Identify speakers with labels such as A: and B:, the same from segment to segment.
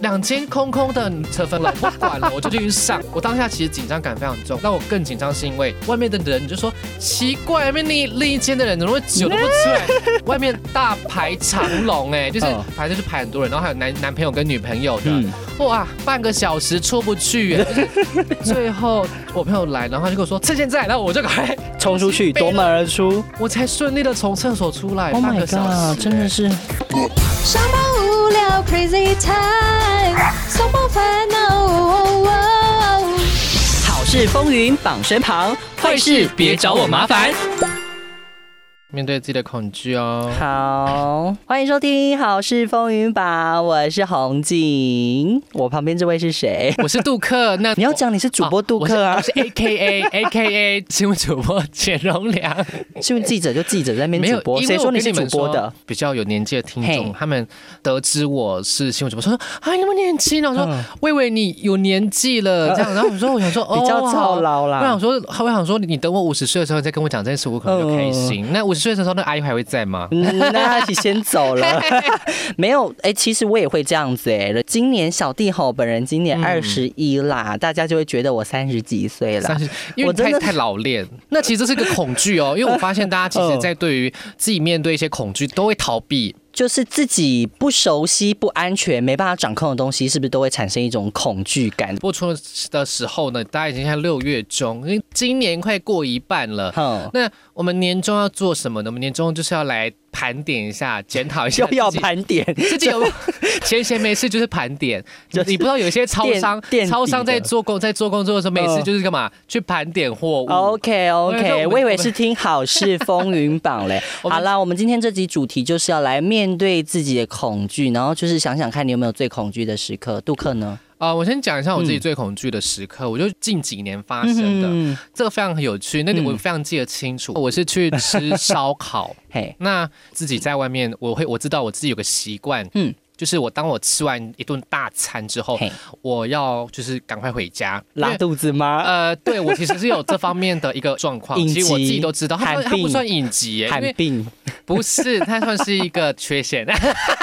A: 两间空空的车分了，我不管了，我就继续上。我当下其实紧张感非常重，那我更紧张是因为外面的人，你就说奇怪，外面另另一间的人怎么会酒都不出来？外面大排长龙，哎，就是
B: 嗯
A: 反正就是排很多人，然后还有男男朋友跟女朋友的，
B: 嗯
A: 哇，半个小时出不去，哎，就是最后我朋友来，然后他就跟我说趁现在，然后我就赶快，
B: 冲出去，
A: 飞了
B: 夺门而出。
A: 我才顺利的从厕所出来，
B: Oh
A: 半
B: my
A: 哎个小时，
B: god，真的
A: 哎
B: 是
C: 上班无聊，Crazy Time，上班烦恼。哦哦哦
B: 好事风云榜身旁，坏事别找我麻烦。
A: 面对自己的恐惧哦。
B: 好，欢迎收听《好事风云榜》，我是洪景，我旁边这位是谁？
A: 我是杜克，那
B: 你要讲你是主播杜克啊
A: 我是 A K A A K A 新闻主播简荣 良，
B: 是不是记者就记者在那边主播？
A: 因
B: 谁
A: 为我
B: 说你
A: 跟
B: 是
A: 你
B: 主
A: 们
B: 播的
A: 说？比较有年纪的听众
B: 嘿，
A: 他们得知我是新闻主播，说啊你那么年轻啊，我说
B: 嗯
A: 我以为你有年纪了这样，然后我说 我想说哦
B: 比较操劳啦
A: 我想说我想说你等我五十岁的时候再跟我讲这件事，我可能就开心。那五十岁的时候，那个阿姨还会在吗？
B: 嗯，那你先走了。没有，哎、其实我也会这样子哎、今年小弟吼，本人今年二十一啦，大家就会觉得我三十几岁啦
A: 三。十，因为
B: 我
A: 你
B: 真
A: 太
B: 的
A: 太老练， 那其实这是个恐惧哦。因为我发现大家
B: 嗯
A: 其实，在对于自己面对一些恐惧，都会逃避。
B: 就是自己不熟悉、不安全、没办法掌控的东西，是不是都会产生一种恐惧感？
A: 播出的时候呢，大家已经在六月中，因为今年快过一半了。
B: 哼，
A: 那我们年终要做什么呢？我们年终就是要来盘点一下，检讨一下
B: 又
A: 自己
B: 要盘点，
A: 自己有 闲闲没事就是盘点。
B: 就是
A: 你不知道有些超商
B: 垫垫，底
A: 超商在
B: 的
A: 做工在做工作的时候，没事
B: 嗯
A: 就是干嘛去盘点货物。
B: OK
A: 对就我
B: OK，
A: 们
B: 我以为是听好事风云榜嘞。
A: 我们
B: 好啦，我们今天这集主题就是要来面对自己的恐惧，然后就是想想看你有没有最恐惧的时刻。杜克呢？
A: 啊，我先讲一下我自己最恐惧的时刻，我就近几年发生的，
B: 嗯嗯哼，
A: 这个非常有趣，那个我
B: 嗯
A: 非常记得清楚。我是去吃烧 烤，
B: 嘿，
A: 那自己在外面，我会我知道我自己有个习惯，嗯
B: 嗯，
A: 就是我当我吃完一顿大餐之后
B: 嘿，
A: 我要就是赶快回家
B: 拉。肚子
A: 因为
B: 吗？
A: 呃，对我其实是有这方面的一个状 况，
B: 隐
A: 其实我自己
B: 疾
A: 都知道，它
B: 罕
A: 不它不
B: 病
A: 算隐疾耶，因
B: 罕
A: 为
B: 病，
A: 不是，它算是一个缺陷。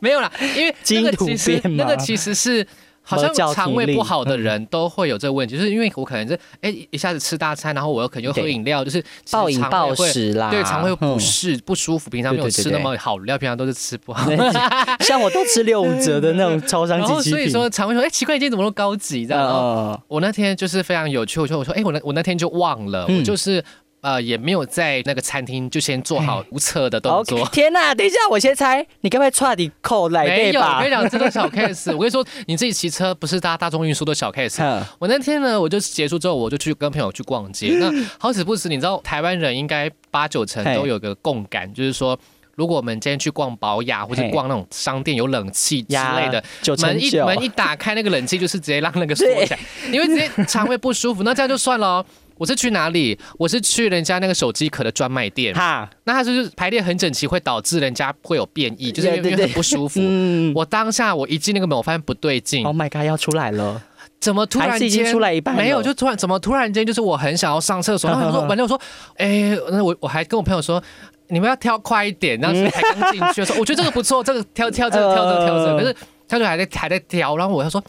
A: 没有啦，因为那
B: 基因
A: 个
B: 突
A: 其实
B: 变
A: 那
B: 吗
A: 个其实是。好像
B: 没教
A: 肠
B: 体
A: 胃
B: 力
A: 不好的人都会有这个问题，就是因为我可能是哎、一下子吃大餐，然后我又可能又喝
B: 对
A: 饮料，就是其实
B: 暴饮
A: 肠胃
B: 暴
A: 会
B: 食啦，
A: 对，肠胃不
B: 嗯。
A: 适、不舒服，平常没
B: 对
A: 有
B: 对对
A: 吃那
B: 对
A: 么好料，平常都是吃不好。
B: 像我都吃六五折的那种超 商
A: 然后
B: 机器
A: 所以
B: 品。
A: 说肠胃说，哎、奇怪，你今天怎么那么高级？这样。然后
B: 嗯，
A: 我那天就是非常有趣，我就我说，哎、我那我那天就忘了，我
B: 嗯
A: 就是呃也没有在那个餐厅就先做好无测的动
B: 哎 OK，
A: 作。
B: 天哪、等一下，我先猜，你该不会差点扣来
A: 没
B: 对
A: 有，我
B: 吧
A: 跟你？讲，这都小 case。我跟你 说，你自己骑车不是搭大众运输都小 case。
B: 哼
A: 我那天呢，我就结束之后，我就去跟朋友去逛街。那好死不死，你知道台湾人应该八九成
B: 嘿
A: 都有个共感，就是说，如果我们今天去逛宝雅或者
B: 嘿
A: 逛那种商店有冷气之
B: 呀
A: 类的，
B: 九
A: 门
B: 乘
A: 一
B: 九，
A: 门一打开，那个冷气就是直接让那个缩 起来，你会直接肠胃不舒服。那这样就算了哦。我是去哪里？我是去人家那个手机壳的专卖店，
B: 哈，
A: 那它就是排列很整齐，会导致人家会有变异，就是因为
B: 对对
A: 因为很不舒服。
B: 嗯
A: 我当下我一进那个门，我发现不对劲，
B: ，Oh my god，要出来了。
A: 怎么突然
B: 还是已经
A: 间
B: 出来一半了
A: 没有，就突然怎么突然间就是我很想要上厕所，然后我 说完了我说，哎，那我我还跟我朋友说。你们要挑快一点，然后才刚进去的时候，我觉得这个不错，这个挑挑这个挑这个挑这个，
B: 呃
A: 可是他就还在还在挑，然后我就说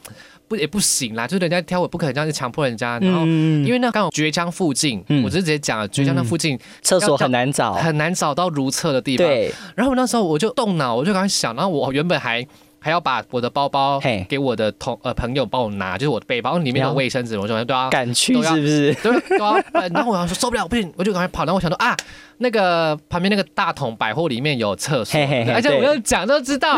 A: 不也不行啦，就是人家挑我不可能这样子强迫人家，然后
B: 嗯，
A: 因
B: 因为
A: 为那刚好绝江附近，
B: 嗯
A: 我就直接讲了，绝江那附近
B: 厕所很难找，
A: 很难找到如厕的地方，
B: 对，
A: 然后那时候我就动脑，我就赶快想，然后我原本还还要把我的包包
B: 嘿
A: 给我的同呃朋友帮我拿，就是我的背包里面有
B: 了
A: 卫生纸，我就啊都要
B: 敢去是不是？
A: 都要都要搬。啊然后我想说受不了，不行，我就赶快跑。然后我想说啊，那个旁边那个大桶百货里面有厕所，
B: 嘿嘿嘿
A: 而且
B: 对
A: 我要讲都知 道，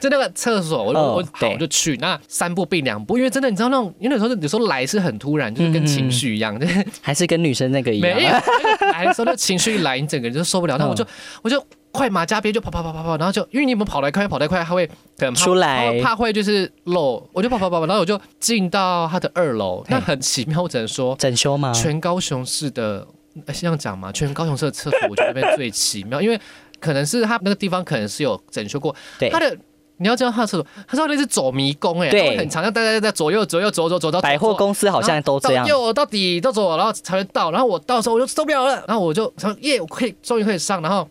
A: 就那个厕所，我就
B: 哦
A: 我好
B: 对
A: 我就去。那三步并两步，因为真的你知道那种，因为有时候有时候来是很突然，就是跟
B: 嗯
A: 情绪一样，就是
B: 还是跟女生那个一
A: 没
B: 样？
A: 有，来的时候那情绪一来，你整个人就受不了。那
B: 嗯
A: 我就我就快马加鞭就跑跑跑跑跑，然后就因为你们跑得快，跑得快，他会可能怕
B: 出来
A: 怕怕会就是漏，我就跑跑跑跑，然后我就进到他的二楼。那很奇妙，我只能说，
B: 整修吗？
A: 全高雄市的呃是这样讲嘛，全高雄市的厕所，我觉得那边最奇妙，因为可能是他那个地方可能是有整修过，
B: 对
A: 他的。你要知道他的厕所，他说那是走迷宫哎、欸，
B: 对
A: 它会很长，像大家在左右左右走走走到
B: 百货
A: 走
B: 公司好像都这样
A: 到。右到底到左，然后才会到。然后我到时候我就受不了了，然后我就想耶，我可以终于可以上。然后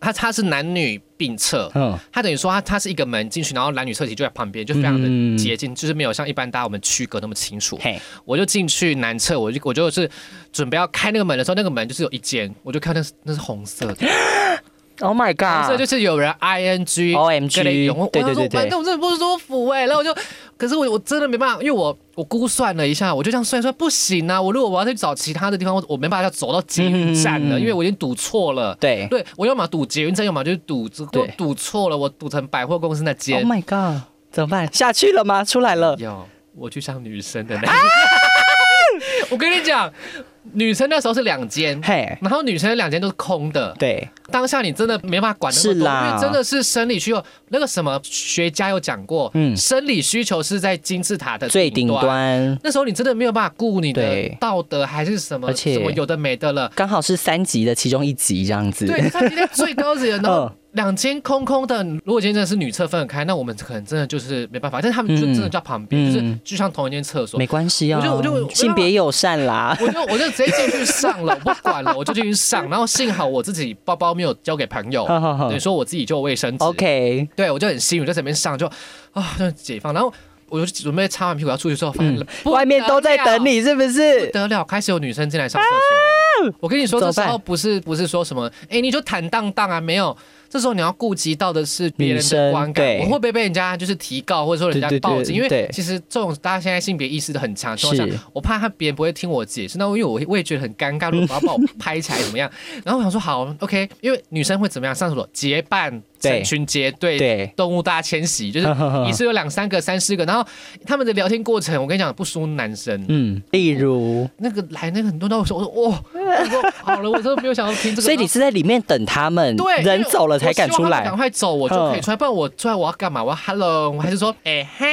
A: 它它是男女并侧，
B: 嗯，
A: 它等于说它它是一个门进去，然后男女侧体就在旁边，就非常
B: 嗯
A: 的接近，就是没有像一般大家我们区隔那么清楚。
B: 嘿，
A: 我就进去男厕，我就我就是准备要开那个门的时候，那个门就是有一间，我就看那是那是红色的，
B: Oh my
A: 红色
B: god！
A: 就是有人 I N G
B: OMG
A: 跟你我
B: 对对
A: 我想说
B: 对对
A: 完蛋我真的不舒服哎、然后我就，可是我我真的没办法，因为我我估算了一下，我就这样算一算不行啊，我如果我要去找其他的地方，我我没办法走到捷运站
B: 嗯嗯
A: 了，
B: 嗯嗯
A: 因为我已经赌错了。
B: 对
A: 对，我要么赌捷运站，要么就是赌
B: 对
A: 我赌错了，我赌成百货公司那间。
B: ，Oh my god！怎么办？下去了吗？出来了？
A: 有，我去上女生的那一
B: 啊
A: 间。 我跟你讲，女生那时候是两间，
B: 嘿，
A: 然后女生的两间都是空的。
B: 对，
A: 当下你真的没办法管那么
B: 是
A: 多，
B: 啦
A: 因为真的是生理需求。那个什么学家有讲过，
B: 嗯
A: 生理需求是在金字塔的
B: 最顶
A: 端。
B: 端
A: 那时候你真的没有办法顾你的
B: 对
A: 道德还是什么，
B: 而且
A: 什么有的没的了。
B: 刚好是三级的其中一级这样子。
A: 对，他今天最高级的，然后
B: 嗯
A: 两间空空的。如果今天真的是女厕分很开，那我们可能真的就是没办法。但是他们就真的在旁边，
B: 嗯
A: 就是就像同一间厕所，
B: 没关系啊，
A: 我就我就我就
B: 性别友善啦。
A: 我就我就直接进去上了，我不管了，我就进去上。然后幸好我自己包包没有交给朋友，
B: 好好好
A: 等于说我自己就有卫生纸。
B: OK，
A: 对我就很幸运，我在这边上就啊，就解放。然后我就准备擦完屁股要出去之后，发现、不
B: 嗯外面都在等你，是
A: 得
B: 不
A: 了，不
B: 是？
A: 得了，开始有女生进来上厕所了。我跟你说，这
B: 怎么
A: 时
B: 办
A: 候不是不是说什么，哎、你就坦荡荡啊，没有。这时候你要顾及到的是别人
B: 女生
A: 的观感，
B: 对
A: 我会不会被人家就是提告，或者说人家
B: 对对对
A: 报警？因为
B: 对
A: 其实这种大家现在性别意识的很强，情况
B: 是
A: 下，我怕他别人不会听我解释，那因为我我也觉得很尴尬，如果把把我拍起来怎么样？然后我想说好，OK，因为女生会怎么样？上厕所结伴
B: 对
A: 成群结队，
B: 对，
A: 动物大迁徙， 就是一次有两三个、三四个，然后他们的聊天过程，我跟你讲不输男生。
B: 嗯，例如，
A: 那个来那个很多都我 说，我说哇，我说好了，我真的没有想要听这个。
B: 所以你是在里面等他们，
A: 对
B: 人走了才敢出
A: 因为我希望他们赶
B: 来。嗯
A: 快走，我就可以出来，不然我出来我要干嘛？我要 hello，我还是说哎嗨，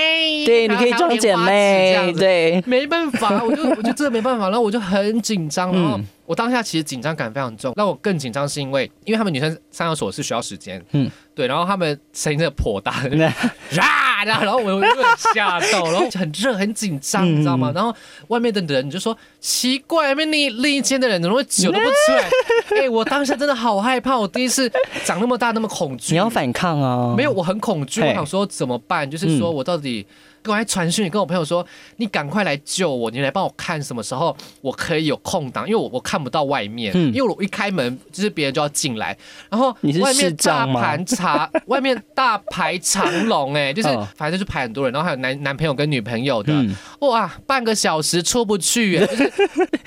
B: 对，你
A: 然后
B: 可以
A: 还要
B: 装姐
A: 莲花指这
B: 妹
A: 样，子
B: 对，
A: 没办法，我就我就真的没办法，然后我就很紧张，然后
B: 嗯
A: 我当下其实紧张感非常重，让我更紧张是因为，因为他们女生上厕所是需要时间，
B: 嗯
A: 嗯，对，然后他们声音真的颇 大，就是啊，然后然后我我就很吓到，然后很热很紧张，
B: 嗯
A: 你知道吗？然后外面的人就说奇怪，外面另另一间的人怎么会酒都不出 来？哎、我当下真的好害怕，我第一次长那么大那么恐惧，
B: 你要反抗啊！
A: 没有，，我很恐惧，
B: 嘿嗯
A: 我想说怎么办？就是说我到底，我还传讯跟我朋友说，你赶快来救我，你来帮我看什么时候我可以有空档，因为我我看不到外面，
B: 嗯
A: 因为我一开门就是别人就要进来，然后
B: 你是
A: 外
B: 市
A: 面大
B: 长吗
A: 盘查， 外面大排长龙，哎，就是
B: 嗯
A: 反正就是排很多人，然后还有男男朋友跟女朋友的，
B: 嗯，
A: 哇，半个小时出不去， 哎，就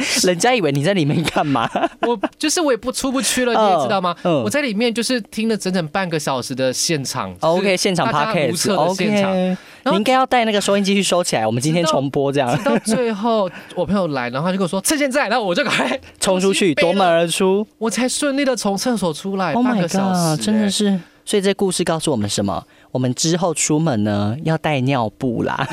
A: 是
B: 人家以为你在里面干嘛？
A: 我就是我也不出不去了，你也知道吗？
B: 嗯嗯
A: 我在里面就是听了整整半个小时的现场
B: 哦 OK，现场
A: 大家如厕
B: podcast
A: 的现场
B: OK，
A: 后
B: 你应该要带那个收音机去收起来，我们今天
A: 直到
B: 重播这样
A: 直， 到最后，我朋友来，然后他就跟我说趁现在，然后我就赶快
B: 冲出去
A: 东
B: 夺
A: 西背
B: 门
A: 了，
B: 而出。
A: 我才顺利的从厕所出来
B: Oh
A: 半
B: my
A: 个小时、
B: god，真
A: 欸
B: 的是。所以这故事告诉我们什么？我们之后出门呢要带尿布啦。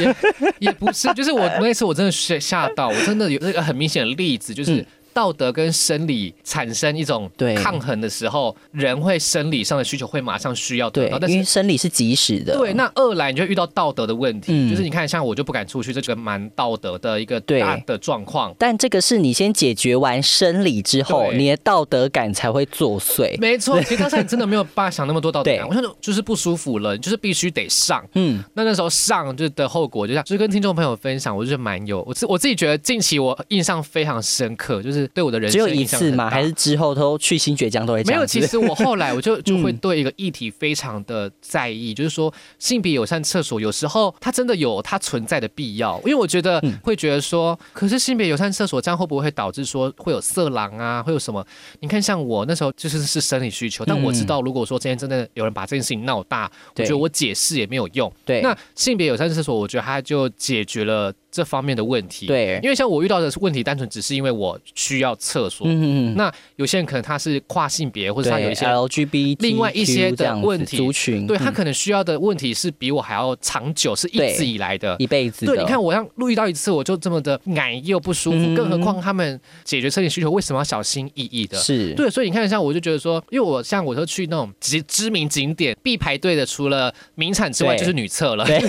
A: 也不是，就是我那次我真的吓吓到，我真的有这个很明显的例子，就是。
B: 嗯
A: 道德跟生理产生一种
B: 对
A: 抗衡的时候，人会生理上的需求会马上需要得
B: 对
A: 到，，但
B: 因为
A: 是
B: 生理是及时的。
A: 对，那二来你就会遇到道德的问题，
B: 嗯
A: 就是你看像我就不敢出去，这就蛮道德的一个
B: 对
A: 大的状况。
B: 但这个是你先解决完生理之后，
A: 对
B: 你的道德感才会作祟。
A: 没错，其实当时你真的没有办法想那么多道德
B: 对
A: 感，我想就是不舒服了，你就是必须得上，
B: 嗯，
A: 那那时候上就的后果，就像就是跟听众朋友分享，我就是蛮有我自我自己觉得近期我印象非常深刻，就是对我的人
B: 只
A: 生
B: 有一
A: 影响
B: 次
A: 很
B: 吗？
A: 大
B: 还是之后都去新觉江都会这
A: 没
B: 样
A: 有？
B: 子嗯
A: 其实我后来我就就会对一个议题非常的在意，就是说性别友善厕所有时候它真的有它存在的必要，因为我觉得
B: 嗯
A: 会觉得说，可是性别友善厕所这样会不会导致说会有色狼啊，会有什么？你看像我那时候就是是生理需求，但我知
B: 嗯
A: 道如果说今天真的有人把这件事情闹大，我
B: 对
A: 觉得我解释也没有用。
B: 对
A: 那性别友善厕所，我觉得它就解决了这方面的问题。，
B: 对，
A: 因为像我遇到的问题，单纯只是因为我需要厕所。
B: 嗯嗯嗯，
A: 那有些人可能他是跨性别，或者他有
B: 对哎
A: 一些
B: LGBT
A: 另外一些的
B: 这样子
A: 问题
B: 族群，
A: 对
B: 嗯
A: 他可能需要的问题是比我还要长久，是
B: 对
A: 一直以来的。
B: 一辈嗯子的
A: 对，你看，我让路遇到一次，我就这么的奶又不舒服，
B: 嗯
A: 更何况他们解决生理需求为什么要小心翼翼的？
B: 是，
A: 对，所以你看一下，我就觉得说，因为我像我说去那种知知名景点必排队的，除了名产之外，
B: 对
A: 就是女厕了。
B: 对，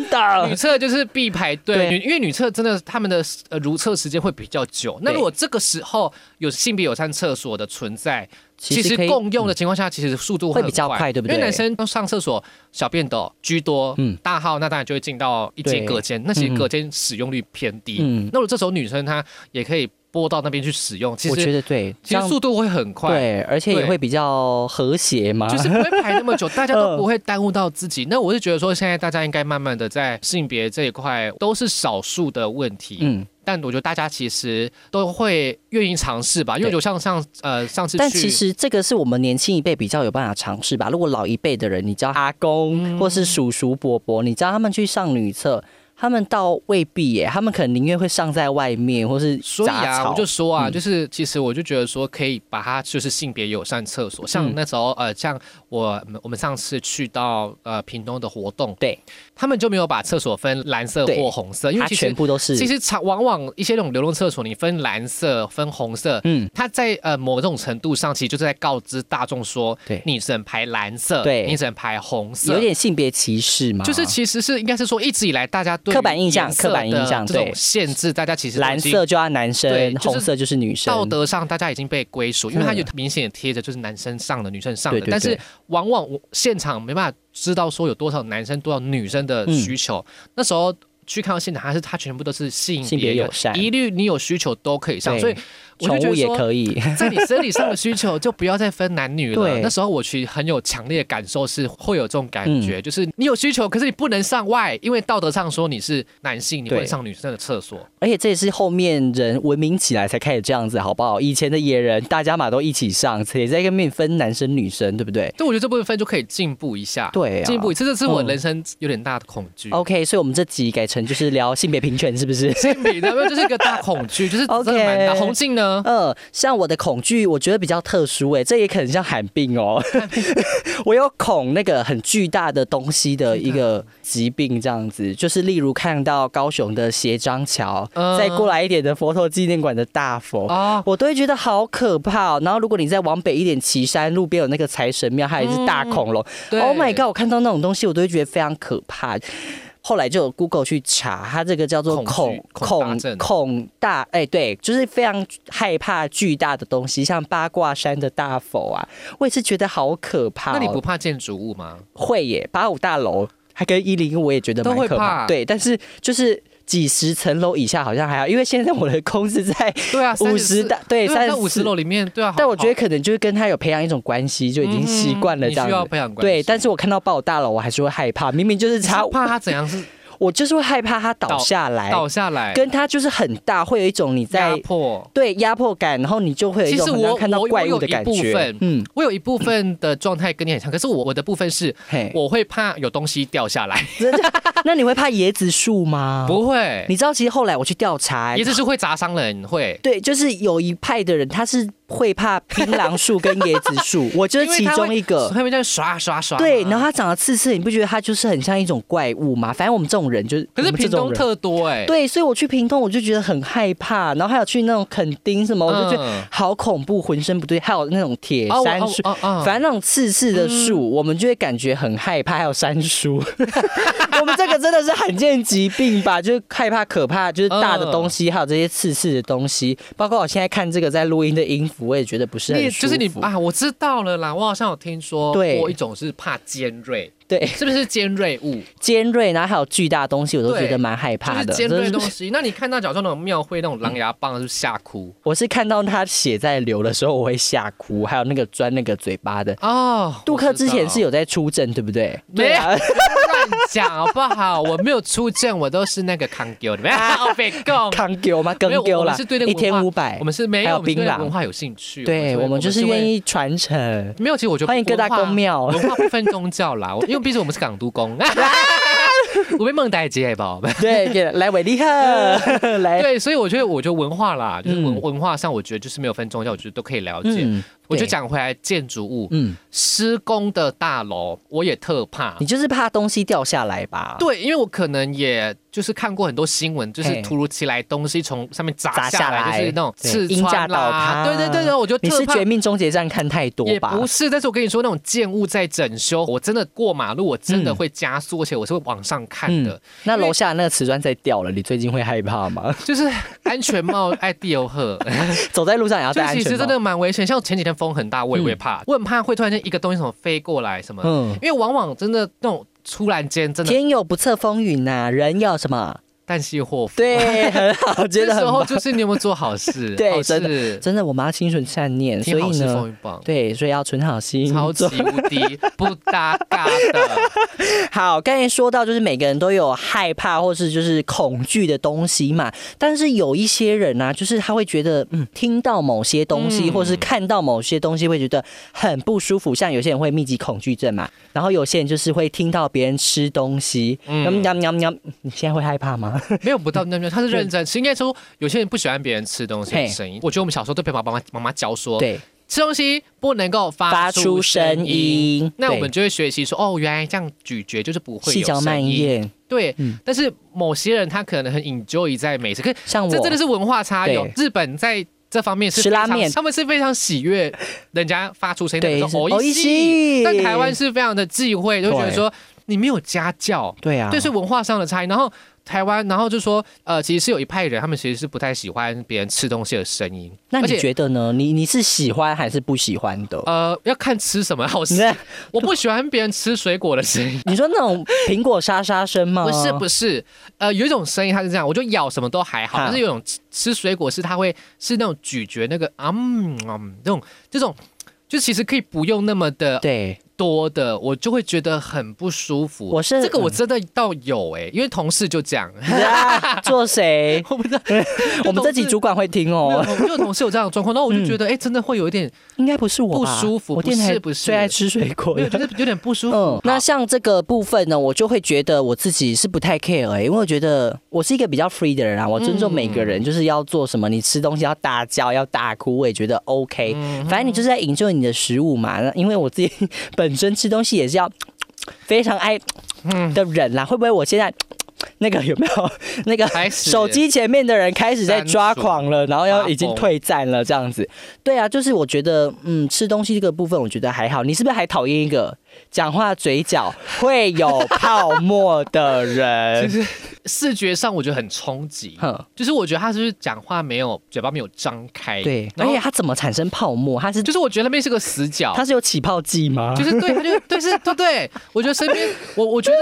A: 女
B: 的，
A: 厕就是必排队，对，
B: 对
A: 女因为女厕真的他们的呃如厕时间会比较久。那
B: 对
A: 如果这个时候有性别友善厕所的存在，
B: 其
A: 其
B: 实
A: 实
B: 可以嗯
A: 共用的情况下，其实速度
B: 会
A: 很
B: 比较快对不对
A: 因为男生都上厕所小便斗居多，
B: 嗯
A: 嗯，大号那当然就会进到一
B: 对
A: 间隔间，那其
B: 嗯嗯
A: 实隔间使用率偏低。
B: 嗯
A: 那如果这时候女生她也可以拨到那边去使用，其
B: 我觉
A: 实
B: 得对，
A: 其实速度会很快。
B: 对，而且也
A: 对
B: 会比较和谐嘛。
A: 就是不会排那么久，大 家
B: 嗯
A: 都不会耽误到自己。那我是觉得说，现在大家应该慢慢的在性别这一块都是少数的问题，
B: 嗯，
A: 但我觉得大家其实都会愿意尝试吧，因为
B: 对
A: 就像上呃上次去，
B: 但其实这个是我们年轻一辈比较有办法尝试吧。如果老一辈的人，你叫阿
A: 嗯
B: 公或是叔叔伯伯，你叫他们去上女厕，他们倒未必耶，他们可能宁愿会上在外面或是
A: 所以
B: 杂
A: 啊，
B: 草
A: 我。就说啊，
B: 嗯
A: 就是其实我就觉得说，可以把它就是性别友善厕所，
B: 嗯
A: 像那时候呃，像我我们上次去到呃屏东的活动，
B: 对
A: 他们就没有把厕所分蓝色
B: 对
A: 或红色，因为
B: 它
A: 其
B: 全
A: 实
B: 部都是
A: 其实常往往一些那种流动厕所，你分蓝色分红色，
B: 嗯，
A: 它在呃某种程度上，其实就是在告知大众说，
B: 对
A: 你只能排蓝色，
B: 对
A: 你只能排红色，
B: 有点性别歧视嘛，
A: 就是其实是应该是说一直以来大家对于
B: 刻板印象
A: 颜色
B: 刻板印象
A: 的这种
B: 对
A: 限制，大家其实都已
B: 蓝
A: 经
B: 色就要男生
A: 对，就是
B: 红色就是女生。
A: 道德上大家已经被归属，因为它
B: 嗯
A: 有明显贴着就是男生上的、女生上
B: 对
A: 的，
B: 对对
A: 但是往往我现场没办法知道说有多少男生多少女生的需求，那时候。去看到现场，还是它全部都是性
B: 嗯性别
A: 别的
B: 友善
A: 一律你有需求都可以上，
B: 对
A: 所以我就
B: 宠
A: 觉
B: 物
A: 得
B: 也
A: 说，
B: 可以，
A: 在你生理上的需求就不要再分男女了
B: 对。
A: 那时候我其实很有强烈的感受是会有这种感
B: 嗯
A: 觉，就是你有需求，可是你不能上外，因为道德上说你是男性，你不
B: 对
A: 能上女生的厕所。
B: 而且这也是后面人文明起来才开始这样子，好不好？以前的野人大家嘛都一起上，也在跟面分男生女生，对不对？
A: 所以我觉得这部分就可以进步一下，
B: 对啊
A: 进步一次，这是我
B: 嗯
A: 人生有点大的恐惧。
B: OK，所以我们这集改成就是聊性别平权，是不 是？
A: 性别的，因为这是一个大恐 惧，就是真
B: OK
A: 的蛮大。红杏呢？
B: 呃，像我的恐惧，我觉得比较特殊诶、这也可能像罕病哦。 我有恐那个很巨大的东西的一个疾病，这样子，就是例如看到高雄的斜张桥，
A: 嗯
B: 再过来一点的佛陀纪念馆的大佛，
A: 啊，
B: 我都会觉得好可怕、哦。然后如果你再往北一点，岐山路边有那个财神庙，还有一只大恐龙。
A: 嗯对
B: oh my god！我看到那种东西，我都会觉得非常可怕。后来就有 Google 去查，它这个叫做
A: 恐惧
B: 恐
A: 恐大
B: 恐
A: 症
B: 恐大，哎、对，就是非常害怕巨大的东西，像八卦山的大佛啊，我也是觉得好可怕、哦。
A: 那你不怕建筑物吗？
B: 会耶，八五大楼还跟一零一，我也觉得蛮
A: 都会
B: 可怕。
A: 怕
B: 对，但是就是几十层楼以下好像还好，因为现在我的公司在
A: 对啊，
B: 五十
A: 34
B: 大，对，
A: 对啊
B: 三
A: 在五十楼里面，对啊。好
B: 但我觉得可能就是跟他有培养一种关系，就已经习惯了
A: 嗯
B: 这样
A: 你需要
B: 子。
A: 培养关系
B: 对，但是我看到爆大了，我还是会害怕。明明就是
A: 你是
B: 他，
A: 怕它怎样 是
B: 我就是会害怕他倒下来，
A: 倒下来，
B: 跟他就是很大，会有一种你
A: 压
B: 在
A: 迫。
B: 对压迫感，然后你就会有一种
A: 其实
B: 好像
A: 我
B: 看到
A: 我
B: 怪
A: 我
B: 物
A: 有
B: 的
A: 一
B: 感
A: 部
B: 觉
A: 分。
B: 嗯，
A: 我有一部分的状态跟你很像，可是我我的部分是
B: 嘿，
A: 我会怕有东西掉下来，
B: 那你会怕椰子树吗？，
A: 不会，
B: 哦你知道其实后来我去调查，
A: 椰子树会砸伤人，会。
B: 对，就是有一派的人他是会怕槟榔树跟椰子 树，我就是其中一个。
A: 他们在刷刷刷嘛。
B: 对，然后它长得刺刺，你不觉得它就是很像一种怪物吗？反正我们这种人就是，
A: 可是
B: 我们这
A: 屏
B: 种
A: 东
B: 人
A: 特多哎、
B: 对，所以我去屏东我就觉得很害怕，然后还有去那种垦丁什么，我就觉得
A: 嗯
B: 好恐怖，浑身不对，还有那种铁
A: 哦，
B: 杉
A: 我
B: 树。
A: 哦哦哦嗯
B: 反正那种刺刺的树，我们就会感觉很害怕。还有山叔， 我们这个真的是罕见疾病吧？就是害怕可怕，就是大的东
A: 嗯
B: 西，还有这些刺刺的东西。包括我现在看这个在录音的音符，我也觉得不是很
A: 你
B: 舒服。
A: 就是你啊，我知道了啦，我好像有听说
B: 对
A: 过一种是怕尖锐，
B: 对
A: 是不是尖锐物？
B: 尖锐，然后还有巨大的东西，我都觉
A: 对
B: 得蛮害
A: 就
B: 怕
A: 是
B: 的。
A: 尖锐的
B: 真
A: 东
B: 的是
A: 西。那你看到假如说那种庙会那种狼牙棒，就吓哭
B: 我是看到他血在流的时候，我会吓哭，还有那个钻那个嘴巴的。
A: 哦。
B: 杜克之前是
A: 有
B: 有在出阵，对不对？
A: 没
B: 对 啊，
A: 乱讲好不好？我没有出证，我都是那个康丢的， 没有哦被供。
B: 啊扛丢吗？更
A: 没有我
B: 丢
A: 我
B: 啦
A: 们是对那，个
B: 一
A: 文化
B: 天五百
A: 我。们是没
B: 还有
A: 有，我们是对
B: 槟榔
A: 文化有兴趣。
B: 对，我们就是
A: 会
B: 愿。意传 承。
A: 没有，其实我觉得
B: 欢迎各大
A: 文化
B: 公庙
A: 文化不分宗教啦，我因为毕竟我们是港都 公。我被孟大姐吧，
B: 对，给来伟 力赫，来，
A: 对，所以我觉得，我觉得文化啦，就是文、
B: 哎嗯
A: 文化上，我觉得就是没有分宗教，我觉得都可以了解。
B: 嗯
A: 我就讲回来建筑物，
B: 嗯，
A: 施工的大楼我也特怕
B: 你。就是怕东西掉下来吧？
A: 对，因为我可能也就是看过很多新闻，就是
B: 嘿
A: 突如其来东西从上面砸
B: 砸
A: 下
B: 下
A: 来，
B: 来
A: 就是那种
B: 对
A: 刺
B: 鹰架
A: 穿
B: 倒
A: 啦，
B: 塌
A: 对对对对，我就
B: 你
A: 特
B: 是《
A: 怕
B: 绝。命终结站》看太多
A: 也
B: 吧？
A: 不是，但是我跟你说，那种建物在整修，我真的过马路，我真的
B: 嗯
A: 会加速，而且我是会往上看的。
B: 嗯，那楼下那个瓷砖在掉了，你最近会害 怕吗？
A: 就是安全帽爱迪欧赫，
B: 走在路上也要
A: 就
B: 啊戴
A: 是
B: 安
A: 其
B: 全
A: 实真
B: 帽。
A: 的蛮危险。像前几天风很大，我也
B: 嗯
A: 会怕，我很怕会突然间一个东西什么飞过来什么，
B: 嗯，
A: 因为往往真的那种突然间真的
B: 天有不测风云
A: 啊
B: 呐、人有什么？
A: 旦夕祸福。
B: 对，很好，觉
A: 这
B: 得
A: 时
B: 很
A: 候
B: 棒。
A: 就是你有没有做好 事？
B: 对
A: 好
B: 真的
A: 事，
B: 真的，我们要心存善念，所
A: 听好
B: 以
A: 事风
B: 呢，
A: 云榜，
B: 对，所以要存好心。
A: 超级无敌不搭嘎的。
B: 好，刚才说到就是每个人都有害怕或是就是恐惧的东西嘛，但是有一些人呢、啊，就是他会觉得，嗯，听到某些东西、
A: 嗯
B: 或是看到某些东西会觉得很不舒服，像有些人会密集恐惧症嘛，然后有些人就是会听到别人吃东西，喵
A: 嗯，
B: 喵喵喵，你现在会害怕吗？
A: 没有不到那边，他是认真。其实应该说，有些人不喜欢别人吃东西的
B: 嘿
A: 声音。我觉得我们小时候都被爸爸妈妈妈妈教说，
B: 对，
A: 吃东西不能够
B: 发
A: 哦发
B: 出
A: 出
B: 声
A: 声音。
B: 音，
A: 那我
B: 对
A: 们就会学习说，哦，原来这样咀嚼就是不会
B: 细
A: 有
B: 嚼慢
A: 声音。
B: 咽，
A: 对，
B: 嗯
A: 但是某些人他可能很 enjoy 在美食，可是
B: 像我
A: 这真的是文化差异哦。
B: 对
A: 日本在这方面是
B: 吃拉
A: 非常
B: 面
A: 他们是非常喜悦人家发出声音
B: 对
A: 的，
B: 是
A: 说哦一
B: 哦一西
A: 西，但台湾是非常的忌讳，就觉得
B: 对
A: 说你没有家教，
B: 对啊，
A: 对，是文化上的差异。然后台湾，然后就说，呃，其实是有一派人，他们其实是不太喜欢别人吃东西的声音，
B: 那
A: 而
B: 你
A: 且
B: 觉得呢？你你是喜欢还是不喜欢的？
A: 呃，要看吃什么好
B: 你
A: 吃。
B: 在
A: 我不喜欢别人吃水果的声音。
B: 你说那种苹果沙沙声吗？
A: 不是不是，呃，有一种声音它是这样，我就咬什么都还好，
B: 哈
A: 但是有一种吃吃水果是它会是那种咀嚼那个啊嗯嗯这种这种，就其实可以不用那么的
B: 对，
A: 多的，我就会觉得很不舒服。
B: 我是
A: 这个我
B: 嗯
A: 真的倒有哎、因为同事就 这样，
B: 啊做谁？
A: 我不知道，
B: 我们这集主管会听哦，嗯
A: 我有同事有这样的状况，然后我就觉得哎、真的会有一点
B: 应该不是我吧
A: 不舒服
B: 我电台
A: 不是不是
B: 最爱吃水果
A: 没有，
B: 了。
A: 就是有点不舒服。
B: 嗯
A: 好，
B: 那像这个部分呢，我就会觉得我自己是不太 care，、欸、因为我觉得我是一个比较 free 的人啊，我尊重每个人，就是要做什么，你吃东西要大叫要大哭，我也觉得 OK，、反正你就是在营救你的食物嘛。那因为我自己 本身吃东西也是要非常爱的人啦，会不会我现在那个有没有 那个
A: 开始
B: 手机前面的人开始在抓狂了，然后要已经
A: 发疯
B: 退战了这样子？
A: 嗯
B: 对啊，就是我觉得，嗯，吃东西这个部分我觉得还好。你是不是还讨厌一个讲话嘴角会有泡沫的 人？其实，
A: 视觉上我觉得很冲击，
B: 哼，
A: 就是我觉得他是不是讲话没有嘴巴没有张开，
B: 对，
A: 哎
B: 而
A: 然后
B: 且它怎么产生泡沫？它是
A: 就是我觉得那边是个死角，
B: 它是有起泡剂吗？
A: 就是对，他就对是，对对。我觉得身边，我我觉得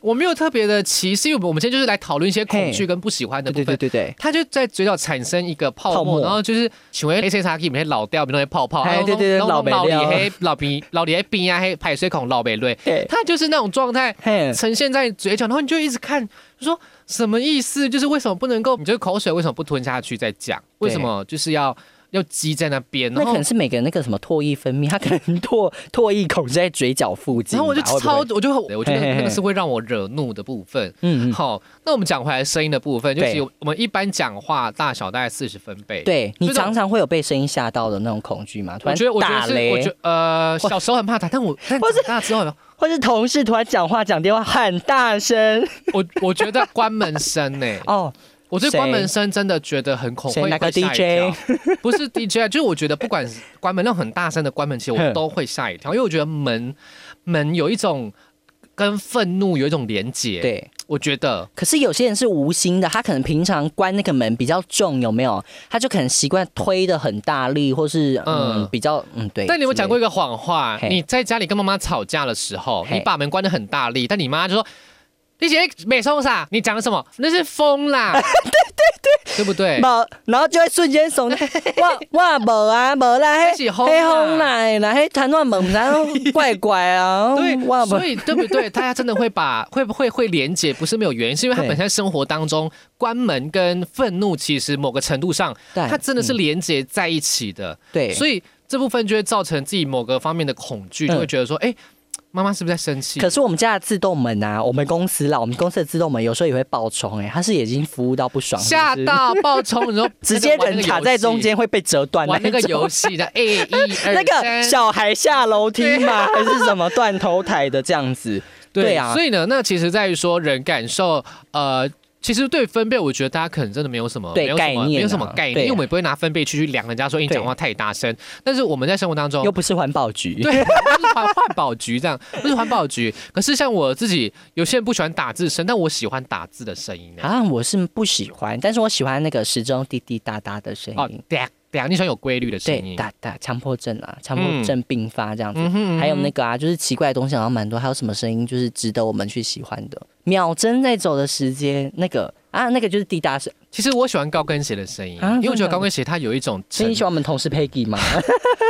A: 我没有特别的歧视，因为我们今天就是来讨论一些恐惧
B: 嘿
A: 跟不喜欢的部
B: 对
A: 分。
B: 对对对对。
A: 他就在嘴角产生一个泡沫，
B: 泡沫
A: 然后就是请问 A C 叉 K 里面老掉，比如那些泡泡，
B: 哎对对对
A: 然后
B: 老
A: 老
B: 不
A: 里
B: 了
A: 黑老鼻老里黑冰啊黑排水孔老北瑞，
B: 对
A: 他就是那种状态
B: 嘿，
A: 呈现在嘴角，然后你就一直看，就说什么意思？就是为什么不能够？你这个口水为什么不吞下去再讲？为什么就是要要积在那边？
B: 那
A: 然
B: 可
A: 后
B: 能是每个人那个什么唾液分泌，他可能唾唾液孔是在嘴角附近吧。
A: 然后我就
B: 会不
A: 超
B: 会，
A: 我就我觉
B: 嘿
A: 得
B: 嘿嘿
A: 那个是会让我惹怒的部分。
B: 嗯嗯，
A: 好，那我们讲回来声音的部分，就
B: 对
A: 是我们一般讲话大小大概四十分贝。，
B: 对你
A: 这种
B: 常常会有被声音吓到的那种恐惧吗？突
A: 我
B: 然
A: 觉得我觉得
B: 打
A: 是，我觉
B: 雷
A: 得，呃，小时候很怕打，但我但
B: 不是
A: 长大之后，
B: 或是同事突然讲话讲电话很大声，
A: 我我觉得关门声呢，
B: 哦，
A: 我对
B: 谁
A: 关门声真的觉得很恐
B: 谁
A: 怖，
B: 哪个
A: 会吓一跳 不是 DJ，就是我觉得不管是关门那种很大声的关门，其实我
B: 哼
A: 都会吓一跳，因为我觉得门门有一种跟愤怒有一种连结。，
B: 对。
A: 我觉得
B: 可是有些人是无心的，他可能平常关那个门比较重，有没有？他就可能习惯推的很大力，或是嗯
A: 嗯
B: 比较嗯对。
A: 但你有没有讲过一
B: 之
A: 个谎话？
B: 嘿
A: 你在家里跟妈妈吵架的时候，
B: 嘿
A: 你把门关得很大力，但你妈就说：“你姐美松啥？你讲的什么？那是风 啦！”对对对，对不
B: 类
A: 对
B: 的？没有，然后就会瞬间 怂，哇哇无啊无啦，
A: 那是风啊
B: 红啦，啦嘿谈乱门， 然后怪怪啊，
A: 对
B: 哇，无
A: 所以对不对？大家真的会把 会不会会连接，不是没有原因，是因为他
B: 对
A: 本身生活当中关门跟愤怒，其实某个程度上，
B: 对嗯
A: 它真的是连接在一起的。
B: 对，
A: 所以这部分就会造成自己某个方面的恐惧，
B: 嗯
A: 就会觉得说，哎、妈妈是不是在生气？
B: 可是我们家的自动门啊，我们公司啦，我们公司的自动门有时候也会爆冲，哎，它是已经服务到不爽，
A: 吓
B: 是不是，
A: 到爆冲，你说
B: 直接人卡在中间会被折断
A: 玩那个
B: 种
A: 游。戏的 A 一二
B: 那个
A: 三
B: 小孩下楼 梯嘛，还是什么断头台的这样子？对啊
A: 所以呢，那其实在于说人感受，呃。其实对分贝，我觉得大家可能真的没有什么
B: 对
A: 没有什么
B: 概念啊
A: 没有什么概念，
B: 对啊
A: 因为我们也不会拿分贝去去量人家说哎诶你
B: 对
A: 讲话太大声。但是我们在生活当中
B: 又，不是环保局，
A: 哦 对，就是环环保局这样，就是环保局。可是像我自己，有些人不喜欢打字声，但我喜欢打字的声音呢。欸
B: 啊，我是不喜欢，但是我喜欢那个时钟滴滴答答的声
A: 哦
B: 音，，
A: 对对，你喜欢有规律的声
B: 哎对，
A: 音。
B: 答答，强迫症啊，强迫症并发这样子。
A: 嗯哼嗯哼
B: 还有那个啊，就是奇怪的东西好像蛮多，还有什么声音就是值得我们去喜欢的？秒针在走的时间，那个啊，那个就是滴答声。
A: 嗯其实我喜欢高跟鞋的声音，
B: 啊
A: 因为我觉
B: 真的假
A: 得
B: 的
A: 高跟鞋它有一种
B: 所以
A: 沉
B: 你喜欢我们同事 Peggy 吗？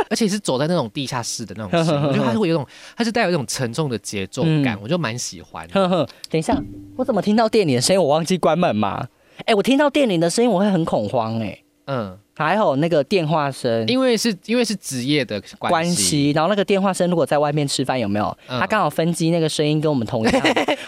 A: 而且是走在那种地下室的那 种声音，我觉得它是会有一种，它是带有一种沉重的节奏感，
B: 嗯
A: 我就蛮喜欢 的。
B: 呵呵，等一下，我怎么听到店里的声音？我忘记关门吗？哎、我听到店里的声音，我会很恐慌哎、
A: 嗯，
B: 还有那个电话声。
A: 因为是因为是职业的
B: 关
A: 关系，
B: 系，然后那个电话声，如果在外面吃饭有没有？
A: 嗯
B: 他刚好分机那个声音跟我们同 样，